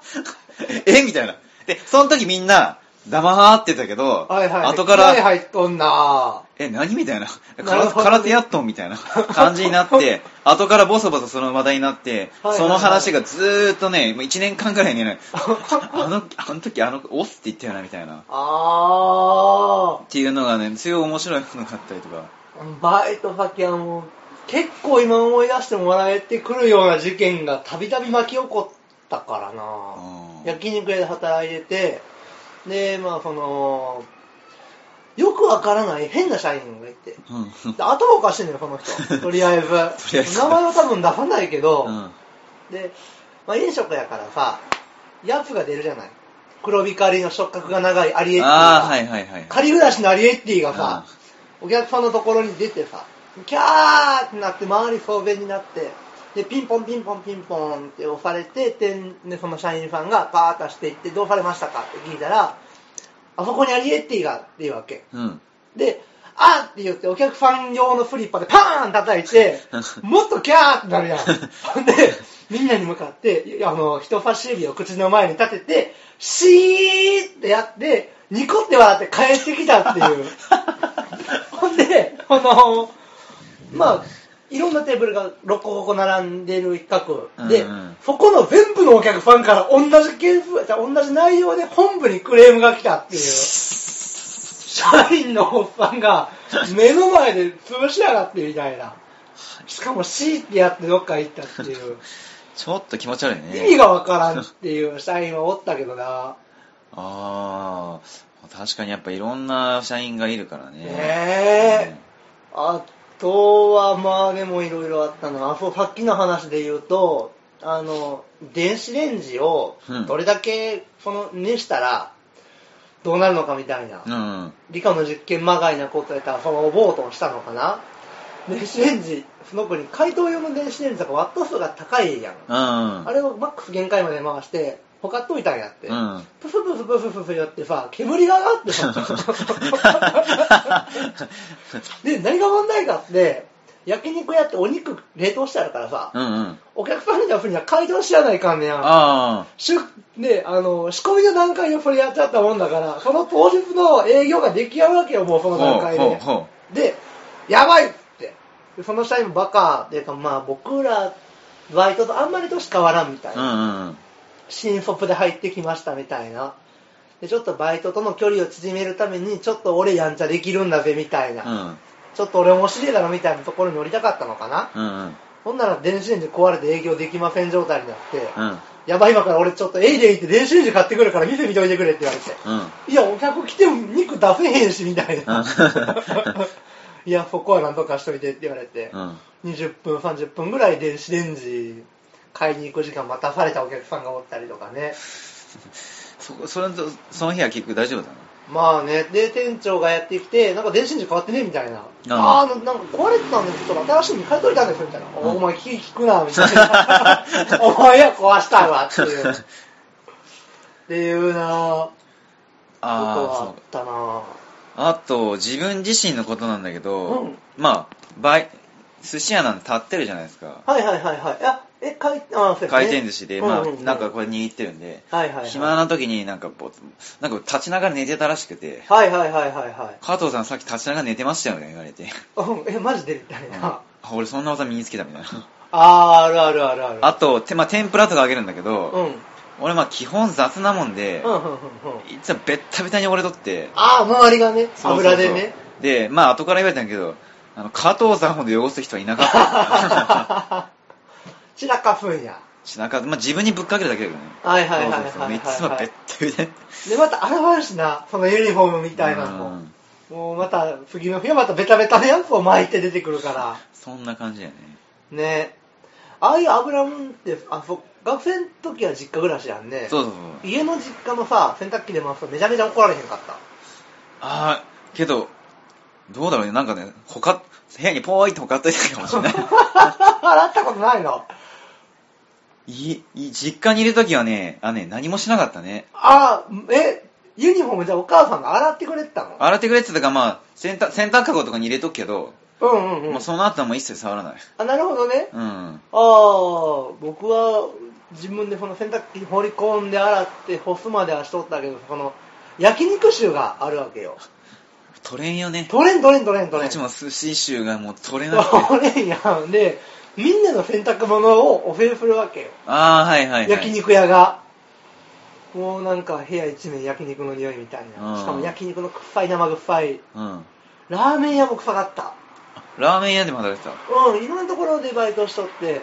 Speaker 2: えみたいなでその時みんな黙ってたけど、
Speaker 1: い。はいはい。
Speaker 2: 後か
Speaker 1: はい
Speaker 2: ら
Speaker 1: はい、どんな [laughs]
Speaker 2: え、何みたいな。
Speaker 1: なる
Speaker 2: 空
Speaker 1: ほどね
Speaker 2: 空手やっとんみたいな感じになって、後からボソボソその話題になって、
Speaker 1: はいはいはい
Speaker 2: その話がずーっとね、もう1年間ぐら
Speaker 1: [laughs]
Speaker 2: いにね、あの、あの時あの、オスって言ったよな、みたいな。っ
Speaker 1: あ
Speaker 2: ていうのがね、すごい面白いのがあったりとか。
Speaker 1: ー。バイト先はもう、結構今思い出してもらえてくるような事件がたびたび巻き起こったからな
Speaker 2: うん
Speaker 1: 焼肉屋で働いてて、で、まあ、その、よくわからない変な社員がいて、
Speaker 2: うん。
Speaker 1: で頭おかしいのよ、この
Speaker 2: [laughs]
Speaker 1: 人。とりあえず。
Speaker 2: りあえず
Speaker 1: 名前は多分出さないけど、
Speaker 2: うん。
Speaker 1: で、まあ、飲食やからさ、やつが出るじゃない。黒光りの触覚が長いアリエッティが。
Speaker 2: ああ、はいはいはい。
Speaker 1: 仮暮らしのアリエッティがさ、お客さんのところに出てさ、キャーってなって、周り騒然になって、で、ピンポンピンポンピンポンって押されて、店でその社員さんがパーッとしていって、どうされましたかって聞いたら、あそこにアリエッティがっていうわけ。
Speaker 2: うん。、
Speaker 1: で、あーって言って、お客さん用のスリッパでパーン叩いてもっとキャーってなるやん。ほんで、みんなに向かって、いやあの、人差し指を口の前に立てて、シーってやって、ニコって笑って帰ってきたっていう。ほんで、この、まあ、いろんなテーブルが6個5個並んでる一角で、
Speaker 2: うんうん
Speaker 1: そこの全部のお客さんから同じ系譜、同じ内容で本部にクレームが来た
Speaker 2: [laughs]
Speaker 1: っていう。社員のおっさんが目の前で潰しやがってみたいな。しかも C ってやってどっか行ったって
Speaker 2: [laughs]
Speaker 1: いう。
Speaker 2: ちょっと気持ち悪いね。
Speaker 1: 意味がわからんっていう社員はおったけどな。
Speaker 2: ああ、確かにやっぱいろんな社員がいるからね。
Speaker 1: ねえあとはまあでもいろいろあったなあそうさっきの話で言うとあの電子レンジを
Speaker 2: うん
Speaker 1: どれだけその熱したらどうなるのかみたいな、
Speaker 2: うん。うん。
Speaker 1: 理科の実験まがいなことやったらそのボートをしたのかな電子レンジその子に解凍用の電子レンジとかワット数が高いやん、
Speaker 2: うん。
Speaker 1: あれをマックス限界まで回してほかっといたんやって、 [laughs]
Speaker 2: うん。
Speaker 1: プフプフプフプフやってさ、煙が上がって
Speaker 2: [laughs]
Speaker 1: さ。で、何が問題かって、焼肉屋ってお肉冷凍してあるからさ、
Speaker 2: うんうん。
Speaker 1: お客さんにはふには解凍しやないかんねや。
Speaker 2: あ
Speaker 1: しゅね、あの、仕込みの段階でそれやっちゃったもんだから、その当日の営業が出来上がるわけよ、もうその
Speaker 2: あ。
Speaker 1: 段階
Speaker 2: ほう
Speaker 1: で。
Speaker 2: ほ。
Speaker 1: で、やばいって。でその社員もバカっていうか、まあ僕ら、バイトとあんまり年変わらんみたいう
Speaker 2: う
Speaker 1: な。
Speaker 2: んうん。
Speaker 1: 新卒で入ってきましたみたいな。で、ちょっとバイトとの距離を縮めるために、ちょっと俺やんちゃできるんだぜみたいな。
Speaker 2: うん。
Speaker 1: ちょっと俺面白いだろみたいなところに乗りたかったのかな。
Speaker 2: うんうん。
Speaker 1: ほんなら電子レンジ壊れて営業できません状態になって、
Speaker 2: うん。
Speaker 1: やばい今から俺ちょっとエイデイって電子レンジ買ってくるから見てみておいてくれって言われて。
Speaker 2: う
Speaker 1: い
Speaker 2: ん。
Speaker 1: や、お客来ても肉出せへんしみたいな
Speaker 2: うん。
Speaker 1: [laughs] いや、そこはなんとかしといてって言われて。
Speaker 2: うん。
Speaker 1: 20分、30分ぐらい電子レンジ買いに行く時間待たされたお客さんがおったりとかね。
Speaker 2: そ、それと、その日は結局大丈夫だな。
Speaker 1: まあね、で、店長がやってきて、なんか電子レンジ変わってねみたいな。ああー、ななんか壊れてたんで、ちょっと新しいのに買い取りたんですよ、みたいな。
Speaker 2: うん
Speaker 1: お前、気聞くな、みたい
Speaker 2: [laughs]
Speaker 1: な。お前は壊したわ、っていう。っていうなぁ。ことはあ
Speaker 2: ああ
Speaker 1: っ、たなぁ。
Speaker 2: そう。あと、自分自身のことなんだけ
Speaker 1: う
Speaker 2: ど
Speaker 1: ん、
Speaker 2: まあ、バイ、寿司屋なんて立ってるじゃないですか。
Speaker 1: はいはいはいはい。あ、え、回転、あ、そうや
Speaker 2: 回
Speaker 1: ね
Speaker 2: 転寿司で、まあ
Speaker 1: うう、う
Speaker 2: なんかこれ握ってるんで、
Speaker 1: はいはいはい。
Speaker 2: 暇な時になんかぼ、なんか立ちながら寝てたらしくて、
Speaker 1: はいはいはいはいはい
Speaker 2: 加藤さんさっき立ちながら寝てましたよね、言われて。
Speaker 1: うん。え、マジでみたいな。
Speaker 2: あ俺そんな技身につけたみたいな。
Speaker 1: あー、あるあるあるある。
Speaker 2: あと、てまあ、天ぷらとかあげるんだけ
Speaker 1: うん。う
Speaker 2: ど、
Speaker 1: んうん
Speaker 2: 俺まあ基本雑なもんで
Speaker 1: う、んうん。
Speaker 2: いつもベッタベタに俺とって、
Speaker 1: あー、周りがね、
Speaker 2: そうそうそう
Speaker 1: 油でね。。
Speaker 2: で、まあ後から言われたんだけど、あの、加藤さんほど汚す人はいな
Speaker 1: [laughs]
Speaker 2: かった。
Speaker 1: 散らかすんや。
Speaker 2: しなかった。まあ自分にぶっかけるだけだけどね。
Speaker 1: はいはいはいはいはいはい
Speaker 2: そうそうそういつもベッタベタに。
Speaker 1: で、また洗わんしな、そのユニフォームみたいなの
Speaker 2: う
Speaker 1: も。
Speaker 2: ん
Speaker 1: もうまた、次の日はまたベタベタのやつを巻いて出てくるから。
Speaker 2: そんな感じだよね。
Speaker 1: ねああいう油もんって、あ、そ学生の時は実家暮らしやんね。
Speaker 2: そうそうそう。
Speaker 1: 家の実家のさ、洗濯機で回すとめちゃめちゃ怒られへんか
Speaker 2: [laughs]
Speaker 1: った。
Speaker 2: あー、けど、どうだろうね、なんかね、ほか、部屋にポーイってほかっといたかもしれ
Speaker 1: [laughs]
Speaker 2: ない。
Speaker 1: 洗ったことないの
Speaker 2: い、い、実家にいるときはね、あね、何もしなかったね。
Speaker 1: ああ、え、ユニフォームじゃあお母さんが洗ってくれてたの
Speaker 2: 洗ってくれって言ったから、まあ、洗濯、洗濯かごとかに入れとくけど、
Speaker 1: うんうんう
Speaker 2: も
Speaker 1: ん
Speaker 2: う。その後はもう一切触らない。
Speaker 1: あ、なるほどね。
Speaker 2: うん。
Speaker 1: ああ、僕は自分でその洗濯機に放り込んで洗って干すまではしとったけど、その焼肉臭があるわけよ。
Speaker 2: 取れんよね。
Speaker 1: 取れん取れん取れん取
Speaker 2: こ
Speaker 1: れ
Speaker 2: っ
Speaker 1: ん。
Speaker 2: ち
Speaker 1: 取
Speaker 2: も寿司臭がもう取れな
Speaker 1: [laughs]
Speaker 2: くて。
Speaker 1: れんやん。で、みんなの洗濯物をオフェルするわけよ。
Speaker 2: ああ、はいはいはい。
Speaker 1: 焼肉屋が。もうなんか部屋一面焼肉の匂いみたいな。
Speaker 2: うん
Speaker 1: しかも焼肉の臭い生臭い。
Speaker 2: うん。
Speaker 1: ラーメン屋も臭かった。
Speaker 2: ラーメン屋でも働いて
Speaker 1: うん、いろんなところでバイトしとって、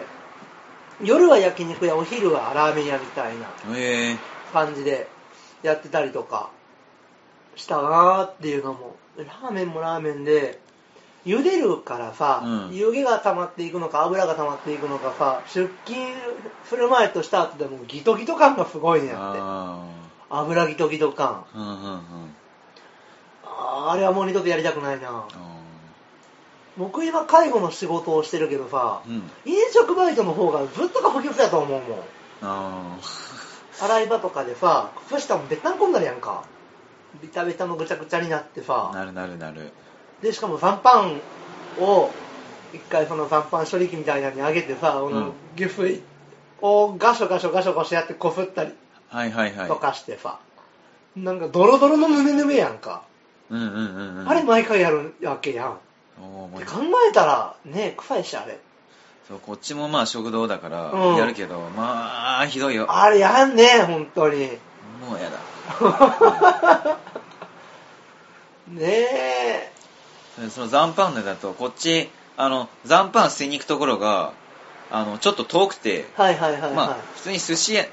Speaker 1: 夜は焼肉屋、お昼はラーメン屋みたいな。
Speaker 2: た。へえ。
Speaker 1: 感じでやってたりとかしたなーっていうのもラーメンもラーメンで茹でるからさ、
Speaker 2: うん
Speaker 1: 湯気が溜まっていくのか油が溜まっていくのかさ出勤する前とした後でもギトギト感がすごいねやって
Speaker 2: あ
Speaker 1: 油ギトギト感
Speaker 2: あ。うんうんうん。
Speaker 1: あーあれはもう二度とやりたくないな
Speaker 2: あ
Speaker 1: 僕今介護の仕事をしてるけどさ
Speaker 2: ーうん。
Speaker 1: 飲食バイトの方がずっとが補給だと思うもん
Speaker 2: あ
Speaker 1: 洗い場とかでさ靴下もべったんこになるやんかビタビタのぐちゃぐちゃになってさ
Speaker 2: あ。なるなるなる。
Speaker 1: でしかも残飯を一回その残飯処理器みたいなのに上げてさ、あ
Speaker 2: うん
Speaker 1: のギュフイをガショガショガショガショやってこすったり
Speaker 2: はいはいはい
Speaker 1: と。かしてさ、なんかドロドロのヌメヌメやんか、
Speaker 2: うんうんうんうん。
Speaker 1: あれ毎回やるわけやん
Speaker 2: あおー
Speaker 1: っ
Speaker 2: 覚え
Speaker 1: て
Speaker 2: て
Speaker 1: 考えたら、ね、臭いし、あれ。
Speaker 2: そうこっちもまあ食堂だから
Speaker 1: うん
Speaker 2: やるけど、まあひどいよ
Speaker 1: あれやんね、本当に。
Speaker 2: もうやだ
Speaker 1: [laughs] ねえ。
Speaker 2: でその残飯でだとこっちあの残飯捨てに行くところがあのちょっと遠くて、
Speaker 1: はいはいはいはい。
Speaker 2: まあ普通に寿司屋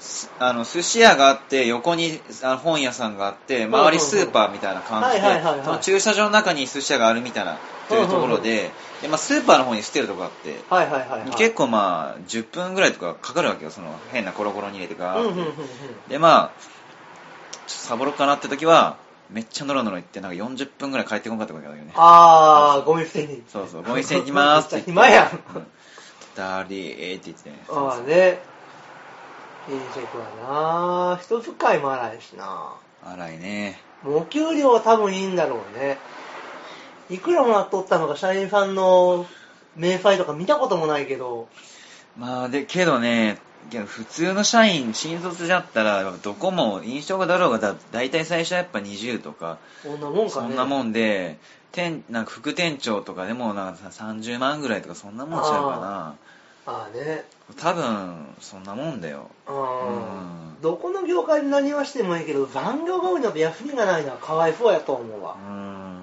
Speaker 2: すあの寿司屋があって横にあの本屋さんがあって周りスーパーみたいな感じ
Speaker 1: はいはいはいは
Speaker 2: で
Speaker 1: い
Speaker 2: その駐車場の中に寿司屋があるみたいなというところでで、まあ、スーパーの方に捨てるとこあって
Speaker 1: はいはいはい、はい。
Speaker 2: 結構まあ10分ぐらいとかかかるわけよその変なコロコロに入れてから、
Speaker 1: うんうんうんうん。
Speaker 2: でまあちょっとサボろうかなって時はめっちゃノロノロ行ってなんか40分ぐらい帰ってこんかったことがあるよね
Speaker 1: あー、ゴミ捨てに。
Speaker 2: そうそうゴミ捨て行きますって
Speaker 1: めっちゃ [laughs] 暇やん。
Speaker 2: うんダリーって言ってね
Speaker 1: ああね。飲食はな人使いも荒いしな
Speaker 2: 荒いね
Speaker 1: もうお給料は多分いいんだろうね。いくらもらっとったのか、社員さんの明細とか見たこともないけど、
Speaker 2: まあでけどねいや普通の社員新卒だったらやっぱどこも印象がだろうがだ大体最初はやっぱ20とか
Speaker 1: こんなもんかね。
Speaker 2: そんなもんで店なんか副店長とかでもなんかさ30万ぐらいとかそんなもんちゃうかな
Speaker 1: ああね。
Speaker 2: 多分そんなもんだよ
Speaker 1: うん
Speaker 2: うん
Speaker 1: どこの業界で何をしてもいいけど残業が多いのと休みがないのはかわいそうやと思う
Speaker 2: う
Speaker 1: わ、
Speaker 2: ん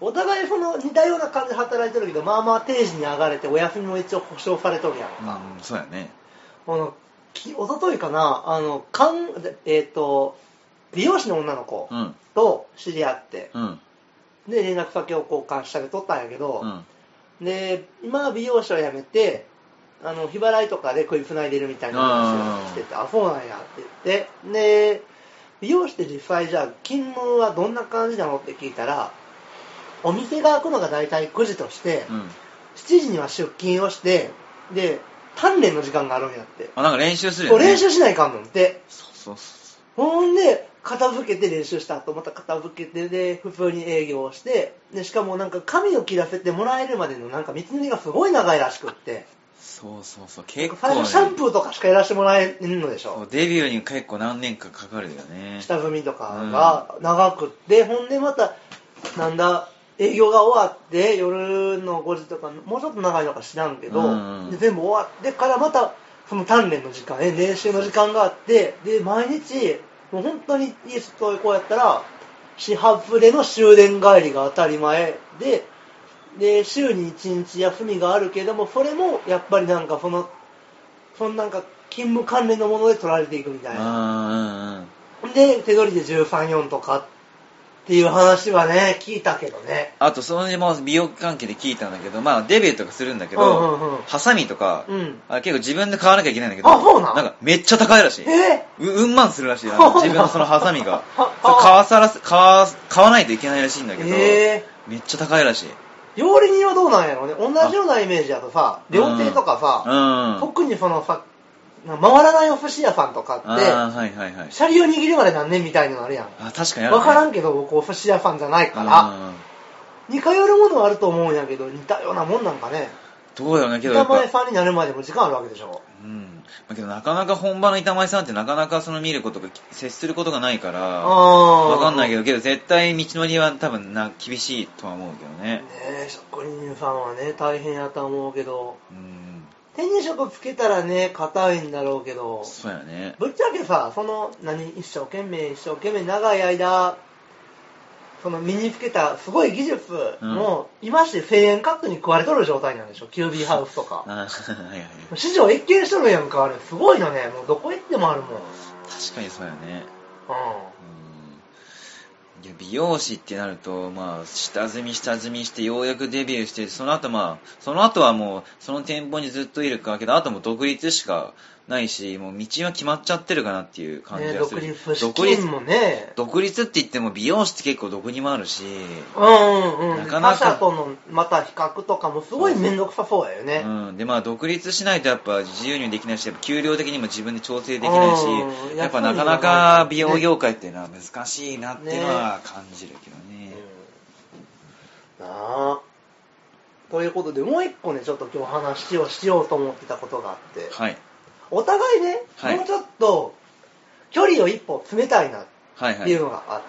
Speaker 1: お互いその似たような感じで働いてるけどまあまあ定時に上がれてお休みも一応保証されとるやんか、
Speaker 2: うんそうやね
Speaker 1: あのき一昨日かなあのかんえっ、と美容師の女の子
Speaker 2: うん
Speaker 1: と知り合って、
Speaker 2: うん
Speaker 1: で連絡先を交換したりとったんやけど、
Speaker 2: うん
Speaker 1: で今は美容師を辞めてあの日払いとかで食いつないでるみたいな話をしててあそうなんやって言ってで美容師って実際じゃあ勤務はどんな感じなのって聞いたらお店が開くのが大体9時として、
Speaker 2: うん
Speaker 1: 7時には出勤をしてで鍛錬の時間があるんやって
Speaker 2: あなんか練習する
Speaker 1: こ
Speaker 2: よ
Speaker 1: う
Speaker 2: ね
Speaker 1: 練習しないかんのって
Speaker 2: そうそうそ
Speaker 1: ほんで、片付けて練習した後、また片付けて、で、普通に営業をして、で、しかもなんか髪を切らせてもらえるまでのなんか道のりがすごい長いらしくって、
Speaker 2: うそうそうそう結構、
Speaker 1: 最
Speaker 2: ね、
Speaker 1: 初シャンプーとかしかやらせてもらえんのでし
Speaker 2: そ
Speaker 1: ょ
Speaker 2: うデビューに結構何年かかかるよね
Speaker 1: 下積みとかが長くって、ほんでまた、なんだ、営業が終わって、夜の5時とか、もうちょっと長いのか知らんけど、
Speaker 2: うんうん
Speaker 1: で全部終わってからまた、その鍛錬の時間、ね練習の時間があって、で、毎日、もう本当に家外へこうやったら、始発での終電帰りが当たり前で、で、週に1日休みがあるけども、それもやっぱりなんかその、そのなんか勤務関連のもので取られていくみたいな。
Speaker 2: あうんうん
Speaker 1: で、手取りで13、4とかっていう話はね、聞いたけどね。
Speaker 2: あとそのも美容関係で聞いたんだけどまあデビューとかするんだけ
Speaker 1: う
Speaker 2: ど、
Speaker 1: んうんうん
Speaker 2: ハサミとか、
Speaker 1: うん。
Speaker 2: あ結構自分で買わなきゃいけないんだけど
Speaker 1: あそうなん
Speaker 2: なんかめっちゃ高いらしい
Speaker 1: え
Speaker 2: ううんまんするらしい
Speaker 1: [laughs]
Speaker 2: な
Speaker 1: そうなん
Speaker 2: 自分のそのハサミが
Speaker 1: あ
Speaker 2: それ買わさらす買わ買わないといけないらしいんだけど、
Speaker 1: え
Speaker 2: めっちゃ高いらしい
Speaker 1: ー、料理人はどうなんやろうね。同じようなイメージだとさ、料亭とか
Speaker 2: う
Speaker 1: さ、
Speaker 2: ん
Speaker 1: 特にそのさ、回らないお寿司屋さんとか
Speaker 2: あ
Speaker 1: っ
Speaker 2: ーはいはいはい
Speaker 1: て、シャリを握るまで何年みたいなのあるやん。
Speaker 2: あ確かにある、ね、
Speaker 1: わからんけど、僕お寿司屋さんじゃないから、
Speaker 2: うん
Speaker 1: 似通るものはあると思うんやけど、似たようなもんなんかね。
Speaker 2: どうだろうねけどや
Speaker 1: 板
Speaker 2: っぱ
Speaker 1: 前さんになるまでも時間あるわけでしょ。
Speaker 2: うんだけどなかなか本場の板前さんってなかなかその見ることが接することがないから
Speaker 1: あー
Speaker 2: わかんないけどけど絶対道のりは多分な厳しいとは思うけどね
Speaker 1: ねえ職人さんはね大変やと思うけど
Speaker 2: うん
Speaker 1: 手に職つけたらね硬いんだろうけど
Speaker 2: そうや
Speaker 1: [laughs]
Speaker 2: ね
Speaker 1: ぶっちゃけさその何一生懸命一生懸命長い間その身につけたすごい技術も、今して1000円カットに食われとる状態なんでしょキュービーハウスと
Speaker 2: あ
Speaker 1: か
Speaker 2: はいはいはい
Speaker 1: 市場一見しとるやんかあれすごいよねもうどこ行ってもあるもんうん
Speaker 2: 確かにそうやねうんいや美容師ってなると、まあ、下積み下積みして、ようやくデビューして、その後まあ、その後はもう、その店舗にずっといるか、けど、あともう独立しかないし、もう道は決まっちゃってるかなっていう感じ
Speaker 1: ね
Speaker 2: がす
Speaker 1: 独
Speaker 2: る。
Speaker 1: 立資
Speaker 2: 独立
Speaker 1: 金もね
Speaker 2: 独立って言っても美容室って結構どこにもあるし、
Speaker 1: うんうんうん
Speaker 2: なかなか
Speaker 1: 他社とのまた比較とかもすごい面倒くさそうだよね、
Speaker 2: うん、でまあ独立しないとやっぱ自由にもできないしやっぱ給料的にも自分で調整できない
Speaker 1: うん
Speaker 2: しやっぱ
Speaker 1: やっぱ
Speaker 2: な
Speaker 1: り
Speaker 2: かなか美容業界っていうのは難しいなっていうのは感じるけどね
Speaker 1: なあということでもう一個ねちょっと今日話をしようと思ってたことがあって
Speaker 2: はい
Speaker 1: お互いね、
Speaker 2: はい
Speaker 1: もうちょっと距離を一歩詰めたいなっ
Speaker 2: はいは
Speaker 1: ていう
Speaker 2: い
Speaker 1: のがあっ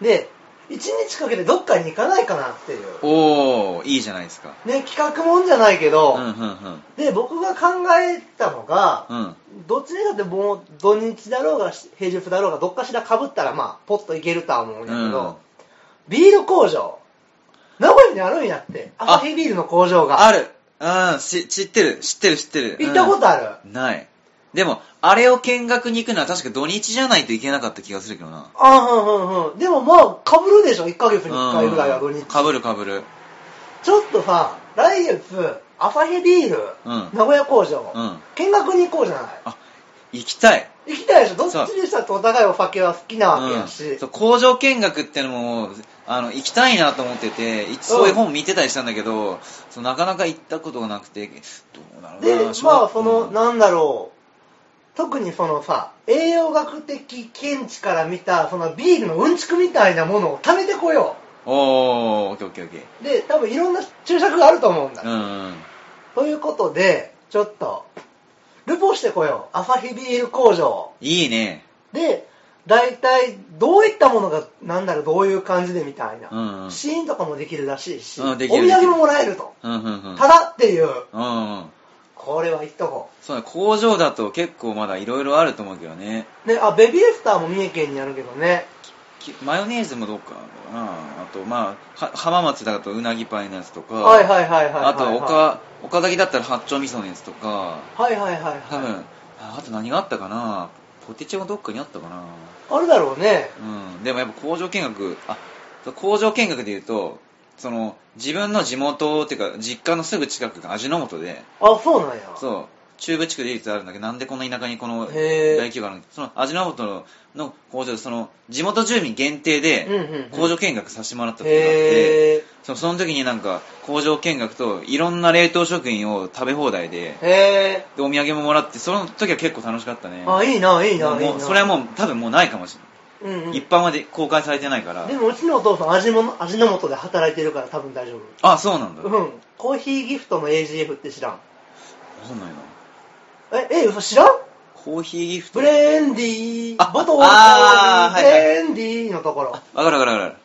Speaker 1: て、で1日かけてどっかに行かないかなっていう。
Speaker 2: おー、いいじゃないですか。
Speaker 1: ね、企画もんじゃないけど、
Speaker 2: うん、うん、うん。
Speaker 1: で、僕が考えたのが、
Speaker 2: うん。
Speaker 1: どっちにだってもう土日だろうが平日だろうがどっかしらかぶったらまあポッといけるとは思うんだけど、
Speaker 2: うん
Speaker 1: ビール工場名古屋にあるんやってアサヒビールの工場が
Speaker 2: ある。うん、し、知ってる、知ってる、知ってる。
Speaker 1: 行ったことある、
Speaker 2: うんない。でも、あれを見学に行くのは確か土日じゃないといけなかった気がするけどな。
Speaker 1: あうんうんうんでもまあかぶるでしょ1ヶ月に1回ぐらいは土日、
Speaker 2: かぶるかぶる。
Speaker 1: ちょっとさ来月アサヒビール、
Speaker 2: うん
Speaker 1: 名古屋工場、
Speaker 2: うん
Speaker 1: 見学に行こうじゃない
Speaker 2: あ、行きたい。
Speaker 1: 行きたいでしょどっちにしたってお互いお酒は好きなわけやし、
Speaker 2: うん、そう工場見学ってのもあの行きたいなと思ってていそういう本見てたりしたんだけど、そうなかなか行ったことがなくてどうなの
Speaker 1: で
Speaker 2: かな
Speaker 1: まあその、
Speaker 2: うん
Speaker 1: なんだろう特にそのさ栄養学的見地から見たそのビールのうんちくみたいなものを貯めてこよ
Speaker 2: おーオッケーオッケーオッケー
Speaker 1: うで多分いろんな注釈があると思うんだ、
Speaker 2: うんうん
Speaker 1: ということでちょっとルポしてこようアサヒビール工場
Speaker 2: いいね
Speaker 1: で大体どういったものがなんだろうどういう感じでみたいな、
Speaker 2: うんうん
Speaker 1: シーンとかもできるらしいし、
Speaker 2: うん
Speaker 1: お
Speaker 2: で
Speaker 1: 土
Speaker 2: きるできる
Speaker 1: 産ももらえると、
Speaker 2: うんうんうん
Speaker 1: ただっていう
Speaker 2: うんうん
Speaker 1: これは言っとこ
Speaker 2: そうだ工場だと結構まだいろいろあると思うけどね
Speaker 1: うねあベビーエスターも三重県にあるけどね
Speaker 2: きマヨネーズもどっかあるのかなあとまあは浜松だとうなぎパイのやつとか、
Speaker 1: はいはいはいはいはいはい
Speaker 2: あと岡岡崎だったら八丁味噌のやつとか
Speaker 1: はいはいはいはい
Speaker 2: 多分ああと何があったかなポテチもどっかにあったかな
Speaker 1: あるだろうね
Speaker 2: うんでもやっぱ工場見学あそう工場見学で言うとその自分の地元っていうか実家のすぐ近くが味の素で
Speaker 1: あそうなんや
Speaker 2: そう中部地区で唯一あるんだけどなんでこんな田舎にこの
Speaker 1: へー
Speaker 2: 大企業があるのその味の素のの工場でその地元住民限定
Speaker 1: うんうんうん
Speaker 2: で工場見学させてもらった時があって、
Speaker 1: へえ
Speaker 2: そのその時になんか工場見学といろんな冷凍食品を食べ放題で
Speaker 1: へ
Speaker 2: でお土産ももらってその時は結構楽しかったね
Speaker 1: えあいいないいない
Speaker 2: も
Speaker 1: うい
Speaker 2: も
Speaker 1: な
Speaker 2: うそれはもう多分もうないかもしれ
Speaker 1: う、うんう
Speaker 2: ない、
Speaker 1: ん、
Speaker 2: 一般まで公開されてないから
Speaker 1: でもうちのお父さん味も味の素で働いてるから多分大丈夫
Speaker 2: あそうなんだわ
Speaker 1: うんコーヒーギフトの AGF って知らん
Speaker 2: かんないな
Speaker 1: ええ嘘知らん
Speaker 2: コーヒーギフト
Speaker 1: ブ
Speaker 2: わか
Speaker 1: レンディー
Speaker 2: あ
Speaker 1: バトン
Speaker 2: あー
Speaker 1: ブ
Speaker 2: はい
Speaker 1: レンディーのところあ
Speaker 2: るわかるわかるわ
Speaker 1: れ
Speaker 2: かる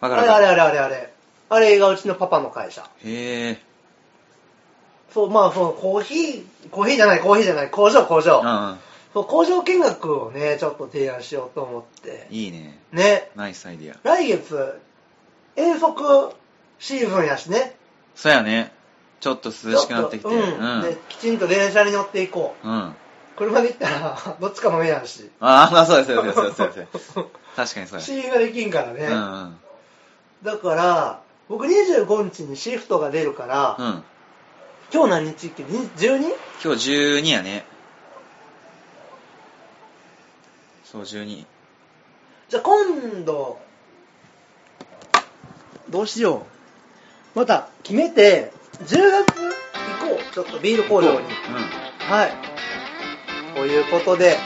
Speaker 1: あ
Speaker 2: わか
Speaker 1: れ
Speaker 2: る
Speaker 1: あれあれあれあれがうちのパパの会社
Speaker 2: へえ
Speaker 1: そうまあそうコーヒーコーヒーじゃないコーヒーじゃない工場工場、
Speaker 2: うん
Speaker 1: そう工場見学をねちょっと提案しようと思って
Speaker 2: いいね
Speaker 1: ね
Speaker 2: ナイスアイディア
Speaker 1: 来月遠足シーズンやしね
Speaker 2: そうやねちょっと涼しくなってきて
Speaker 1: ちょっとうん
Speaker 2: うん、
Speaker 1: できちんと電車に乗っていこう
Speaker 2: うん
Speaker 1: 車で行ったら [laughs] どっちかも目やし
Speaker 2: あーまあそうですそうですそうですそうです
Speaker 1: [laughs]
Speaker 2: そうです確かにそうや
Speaker 1: シーフができんからね、
Speaker 2: うんうん
Speaker 1: だから僕25日にシフトが出るから、
Speaker 2: うん
Speaker 1: 今日何日って 12?
Speaker 2: 今日12やねそう12
Speaker 1: じゃあ今度どうしようまた決めて10月行こうちょっとビール工場に、
Speaker 2: う
Speaker 1: はい。ということで、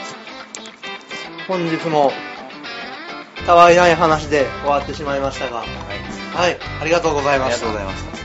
Speaker 1: 本日も、たわいない話で終わってしまいましたが、
Speaker 2: んはい
Speaker 1: はい、ありがとうござい
Speaker 2: あ
Speaker 1: ま
Speaker 2: りが
Speaker 1: し
Speaker 2: と
Speaker 1: た
Speaker 2: うござ。いました